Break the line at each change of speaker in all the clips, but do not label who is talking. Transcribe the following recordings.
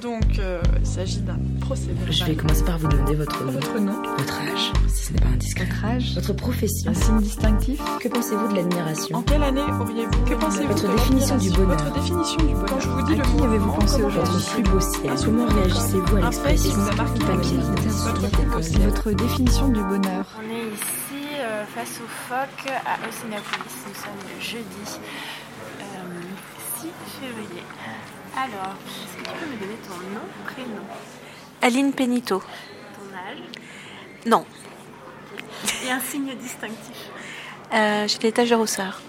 Donc, euh, il s'agit d'un procédé.
Je vais
verbal.
commencer par vous demander votre,
Votre nom,
votre âge, si ce n'est pas indiscret.
Votre âge
Votre profession.
Un signe distinctif
Que pensez-vous de l'admiration
en quelle année auriez-vous Que pensez-vous
Votre
de
définition du
l'admiration
bonheur.
Votre définition du bonheur. Quand je vous dis
À
le
qui
mot,
avez-vous pensé
comment
Votre plus
aujourd'hui
beau ciel.
Un
Comment
souvenir.
réagissez-vous à
Un fait qui
l'expression
vous a marqué dans
papier
votre vie. Votre plus beau ciel.
Votre définition du bonheur
On est ici euh, face au phoque à Océanopolis. Nous sommes le jeudi euh, 6 février. Alors, est-ce que tu peux me donner ton nom, prénom,
Aline Pénito.
ton âge
Non,
et un signe distinctif
euh, j'ai des taches de rousseur.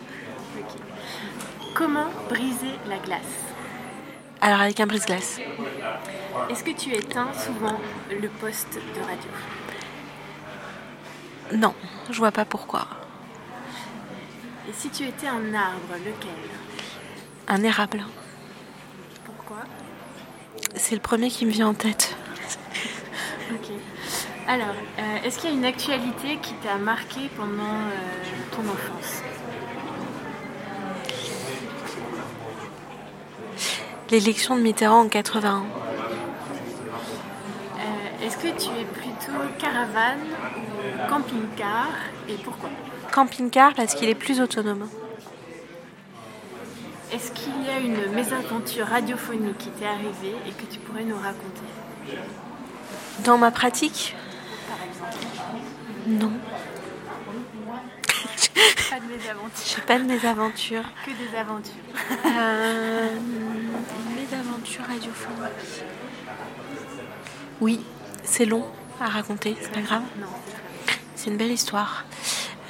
Comment briser la glace
Alors avec un brise-glace.
Est-ce que tu éteins souvent le poste de radio
Non, je vois pas pourquoi.
Et si tu étais un arbre, lequel
Un érable.
Pourquoi
C'est le premier qui me vient en tête.
Ok. Alors, euh, est-ce qu'il y a une actualité qui t'a marqué pendant euh, ton enfance
L'élection de Mitterrand en 81.
Euh, Est-ce que tu es plutôt caravane ou camping-car et pourquoi
Camping-car parce qu'il est plus autonome.
Est-ce qu'il y a une mésaventure radiophonique qui t'est arrivée et que tu pourrais nous raconter
Dans ma pratique Non,
Pas de mésaventure,
j'ai pas de mésaventures.
que des aventures.
Euh, mésaventures radiophoniques. Oui, c'est long à raconter, c'est pas grave.
Non, c'est vrai.
C'est une belle histoire.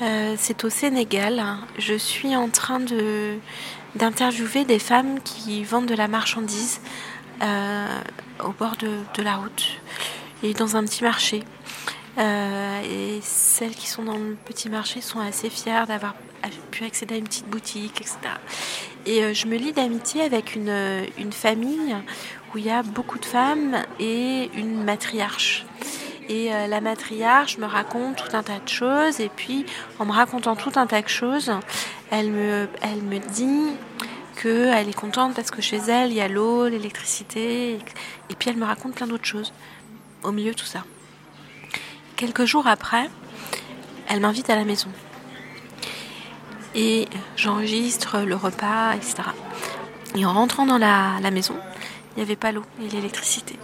Euh, c'est au Sénégal. Je suis en train de d'interviewer des femmes qui vendent de la marchandise euh, au bord de, de la route et dans un petit marché. Euh, et celles qui sont dans le petit marché sont assez fières d'avoir pu accéder à une petite boutique, etc. Et euh, je me lie d'amitié avec une, une famille où il y a beaucoup de femmes et une matriarche. Et euh, la matriarche me raconte tout un tas de choses. Et puis, en me racontant tout un tas de choses, elle me, elle me dit qu'elle est contente parce que chez elle, il y a l'eau, l'électricité. Et, et puis, elle me raconte plein d'autres choses au milieu de tout ça. Quelques jours après, elle m'invite à la maison. Et j'enregistre le repas, etc. Et en rentrant dans la, la maison, il n'y avait pas l'eau et l'électricité.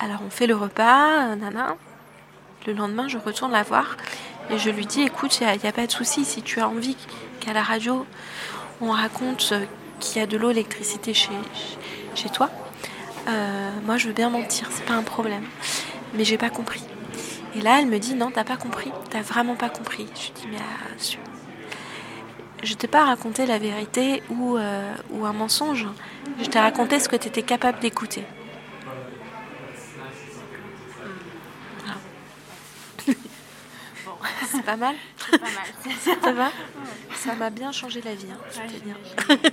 Alors on fait le repas, euh, nana. Le lendemain, je retourne la voir et je lui dis écoute, il n'y a, y a pas de souci, si tu as envie qu'à la radio, on raconte euh, qu'il y a de l'eau, l'électricité chez, chez toi, euh, moi je veux bien mentir, c'est pas un problème. Mais j'ai pas compris. Et là, elle me dit non, t'as pas compris, t'as vraiment pas compris. Je dis mais ah, su- je t'ai pas raconté la vérité ou, euh, ou un mensonge, je t'ai raconté ce que t'étais capable d'écouter.
Bon,
C'est pas mal
c'est pas mal.
Ça va Ça m'a bien changé la vie. hein, je
Ouais,
peux te dire.
j'imagine.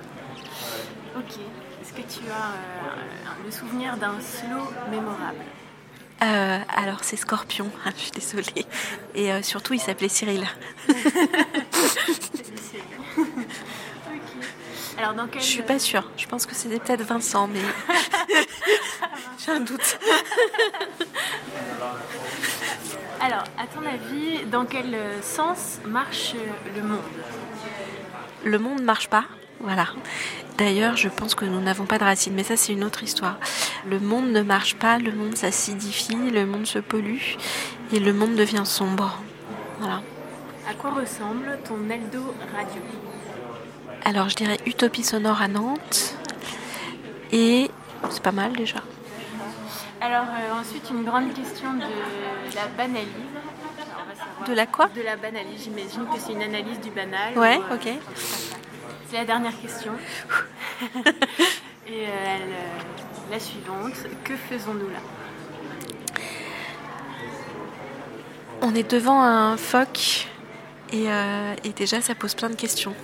ok. Est-ce que tu as euh, le souvenir d'un slow mémorable
Euh, alors, c'est Scorpion, je suis désolée. Et euh, surtout, il s'appelait Cyril.
Ok. Alors dans quel
Je suis pas sûre. Je pense que c'était peut-être Vincent, mais. J'ai un doute.
Alors à ton avis, dans quel euh, sens marche euh, le monde
Le monde marche pas. Voilà. D'ailleurs, je pense que nous n'avons pas de racines, mais ça, c'est une autre histoire. Le monde ne marche pas, le monde s'acidifie, le monde se pollue, et le monde devient sombre. Voilà.
À quoi ressemble ton Eldo Radio
Alors, je dirais Utopie sonore à Nantes. Et. C'est pas mal déjà.
Alors euh, ensuite une grande question de la banalise. Alors, on va savoir-
De la quoi
De la banalise, j'imagine que c'est une analyse du banal.
Ouais,
ou, euh,
ok.
C'est la dernière question. Et euh, elle, euh, la suivante, que faisons-nous là
On est devant un phoque et, euh, et déjà ça pose plein de questions.